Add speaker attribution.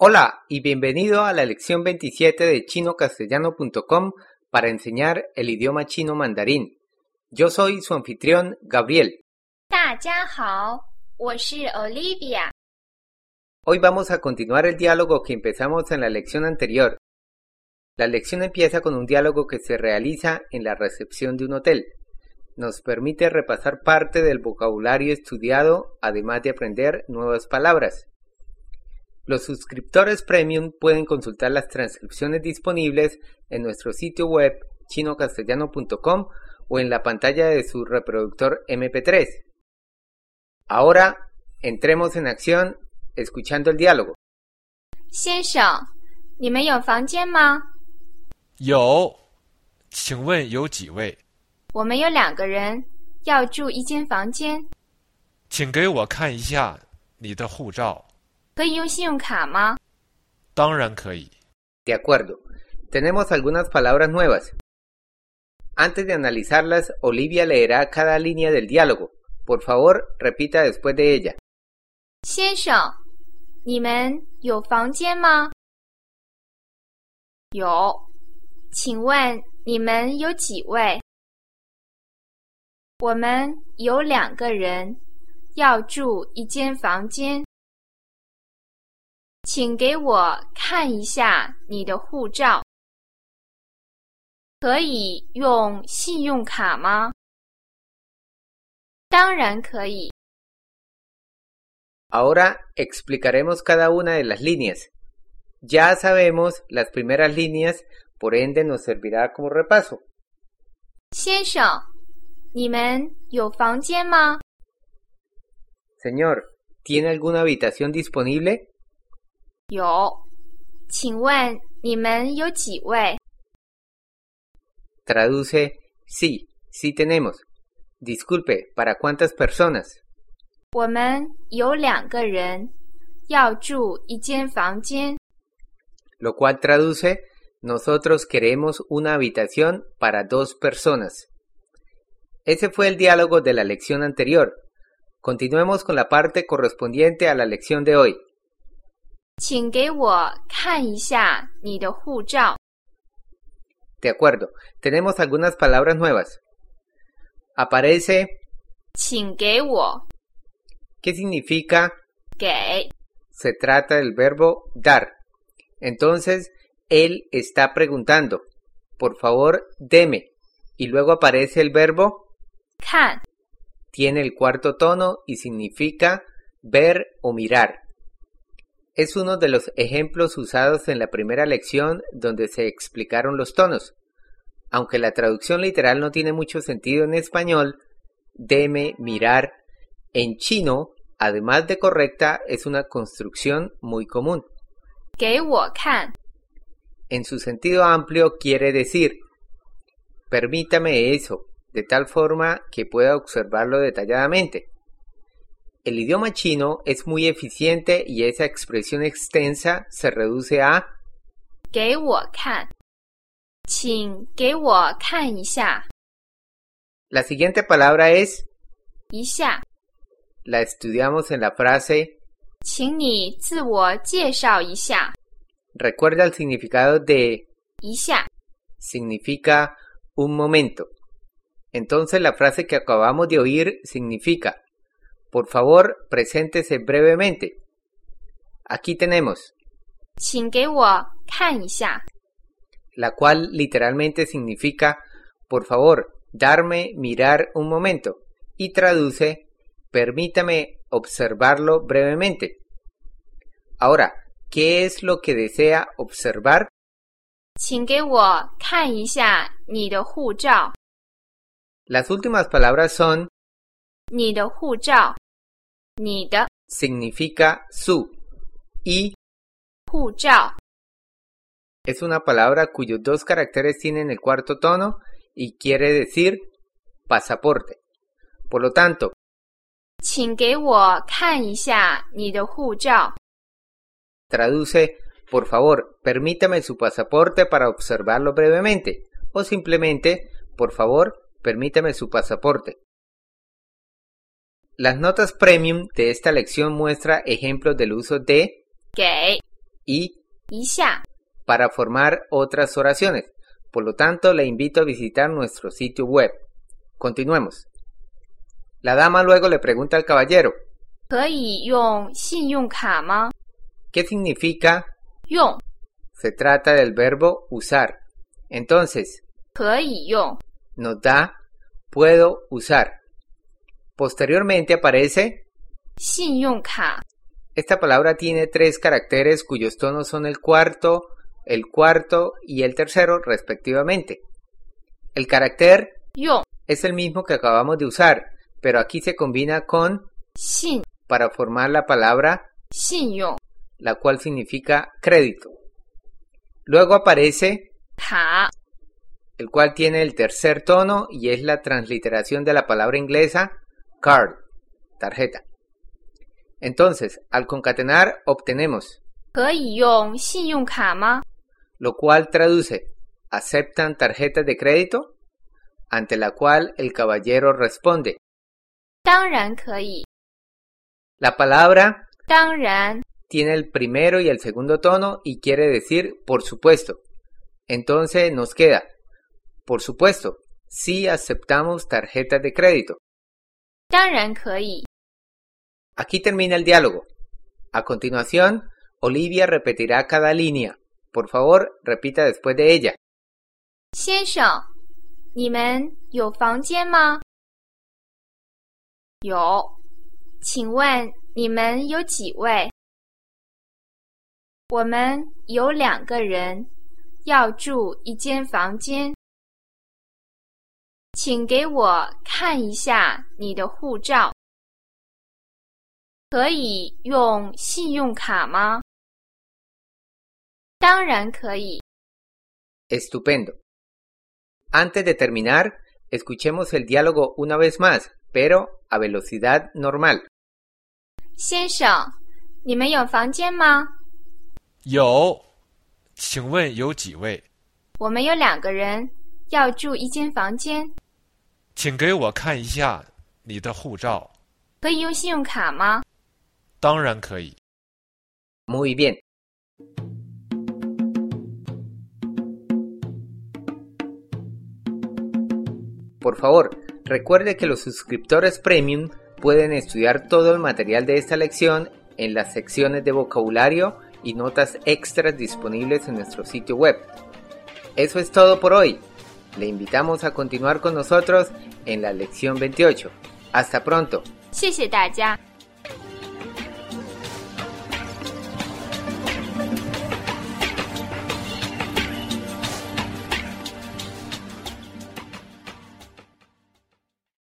Speaker 1: Hola y bienvenido a la lección 27 de chinocastellano.com para enseñar el idioma chino mandarín. Yo soy su anfitrión, Gabriel.
Speaker 2: 大家好，我是 Olivia。
Speaker 1: Hoy vamos a continuar el diálogo que empezamos en la lección anterior. La lección empieza con un diálogo que se realiza en la recepción de un hotel. Nos permite repasar parte del vocabulario estudiado, además de aprender nuevas palabras. Los suscriptores premium pueden consultar las transcripciones disponibles en nuestro sitio web chinocastellano.com o en la pantalla de su reproductor MP3. Ahora, entremos en acción escuchando el diálogo.
Speaker 2: 先生，你们有房间吗？
Speaker 3: 有，请问有几位？
Speaker 2: 我们有两个人，要住一间房间，
Speaker 3: 请给我看一下你的护照。
Speaker 2: 可以用信用卡吗？
Speaker 3: 当然可以。
Speaker 1: De acuerdo, tenemos algunas palabras nuevas. Antes de analizarlas, Olivia leerá cada línea del diálogo. Por favor, repita después de ella.
Speaker 2: 先生，你们有房间吗？有，请问你们有几位？我们有两个人，要住一间房间，请给我看一下你的护照。可以用信用卡吗？当然可以。
Speaker 1: Ahora explicaremos cada una de las líneas. Ya sabemos las primeras líneas, por ende nos servirá como repaso.
Speaker 2: 先生，你们有房间吗？
Speaker 1: Señor, ¿tiene alguna habitación disponible?
Speaker 2: 有，请问你们有几位？
Speaker 1: Traduce, sí, sí tenemos. Disculpe, ¿para cuántas personas?
Speaker 2: 我们有两个人，要住一间房间，
Speaker 1: Lo cual traduce, nosotros queremos una habitación para dos personas. Ese fue el diálogo de la lección anterior. Continuemos con la parte correspondiente a la lección de hoy.
Speaker 2: 请给我看一下你的护照。
Speaker 1: De acuerdo, tenemos algunas palabras nuevas. Aparece,
Speaker 2: 请给我
Speaker 1: ¿qué significa?
Speaker 2: 给，
Speaker 1: Se trata del verbo dar. Entonces, él está preguntando, por favor, deme. Y luego aparece el verbo,
Speaker 2: 看，
Speaker 1: tiene el cuarto tono y significa ver o mirar. Es uno de los ejemplos usados en la primera lección donde se explicaron los tonos. Aunque la traducción literal no tiene mucho sentido en español, deme, mirar, en chino, además de correcta, es una construcción muy común.
Speaker 2: 给我看，
Speaker 1: En su sentido amplio quiere decir, permítame eso, de tal forma que pueda observarlo detalladamente. El idioma chino es muy eficiente y esa expresión extensa se reduce a
Speaker 2: 给我看，请给我看一下，
Speaker 1: la siguiente palabra es,
Speaker 2: 一下，
Speaker 1: la estudiamos en la frase,
Speaker 2: 请你自我介绍一下，
Speaker 1: recuerda el significado de
Speaker 2: 一下。
Speaker 1: significa un momento. Entonces la frase que acabamos de oír significa, por favor, preséntese brevemente. Aquí tenemos,
Speaker 2: 请给我看一下，
Speaker 1: la cual literalmente significa, por favor, darme mirar un momento, y traduce, permítame observarlo brevemente. Ahora, ¿qué es lo que desea observar?
Speaker 2: 请给我看一下你的护照，
Speaker 1: Las últimas palabras son
Speaker 2: 你的护照，你的
Speaker 1: significa su y
Speaker 2: 护照，
Speaker 1: Es una palabra cuyos dos caracteres tienen el cuarto tono y quiere decir pasaporte. Por lo tanto,
Speaker 2: 请给我看一下你的护照，
Speaker 1: traduce, por favor, permítame su pasaporte para observarlo brevemente. O simplemente, por favor, permítame su pasaporte. Las notas premium de esta lección muestra ejemplos del uso de
Speaker 2: 给
Speaker 1: y
Speaker 2: 一下
Speaker 1: para formar otras oraciones. Por lo tanto, le invito a visitar nuestro sitio web. Continuemos. La dama luego le pregunta al caballero,
Speaker 2: 可以用信用卡吗？
Speaker 1: ¿qué significa?
Speaker 2: 用
Speaker 1: Se trata del verbo usar. Entonces,
Speaker 2: 可以用，
Speaker 1: nos da puedo usar. Posteriormente aparece
Speaker 2: 信用卡
Speaker 1: Esta palabra tiene tres caracteres cuyos tonos son el cuarto, el cuarto y el tercero respectivamente. El carácter
Speaker 2: 用
Speaker 1: es el mismo que acabamos de usar, pero aquí se combina con
Speaker 2: 信
Speaker 1: para formar la palabra,
Speaker 2: 信用
Speaker 1: la cual significa crédito. Luego aparece
Speaker 2: 卡
Speaker 1: el cual tiene el tercer tono y es la transliteración de la palabra inglesa card, tarjeta. Entonces, al concatenar obtenemos
Speaker 2: 可以用信用卡吗？
Speaker 1: lo cual traduce ¿aceptan tarjetas de crédito? ante la cual el caballero responde.
Speaker 2: 当然可以，
Speaker 1: La palabra
Speaker 2: 当然
Speaker 1: tiene el primero y el segundo tono y quiere decir por supuesto. Entonces nos queda, por supuesto, si aceptamos tarjetas de crédito.
Speaker 2: 当然可以。
Speaker 1: Aquí termina el diálogo. A continuación, Olivia repetirá cada línea. Por favor, repita después de ella.
Speaker 2: 先生，你们有房间吗？有。请问你们有几位？我们有两个人，要住一间房间。请给我看一下你的护照。可以用信用卡吗？当然可以。
Speaker 1: Estupendo. Antes de terminar, escuchemos el diálogo una vez más, pero a velocidad normal.
Speaker 2: 先生，你们有房间吗？
Speaker 3: 有，请问有几位？
Speaker 2: 我们有两个人要住一间房间，
Speaker 3: 请给我看一下你的护照。
Speaker 2: 可以用信用卡吗？
Speaker 3: 当然可以。
Speaker 1: Muy bien. Por favor, recuerde que los suscriptores premium pueden estudiar todo el material de esta lección en las secciones de vocabulario y notas extras disponibles en nuestro sitio web. Eso es todo por hoy. Le invitamos a continuar con nosotros en la lección 28. Hasta pronto.
Speaker 2: 谢谢大家。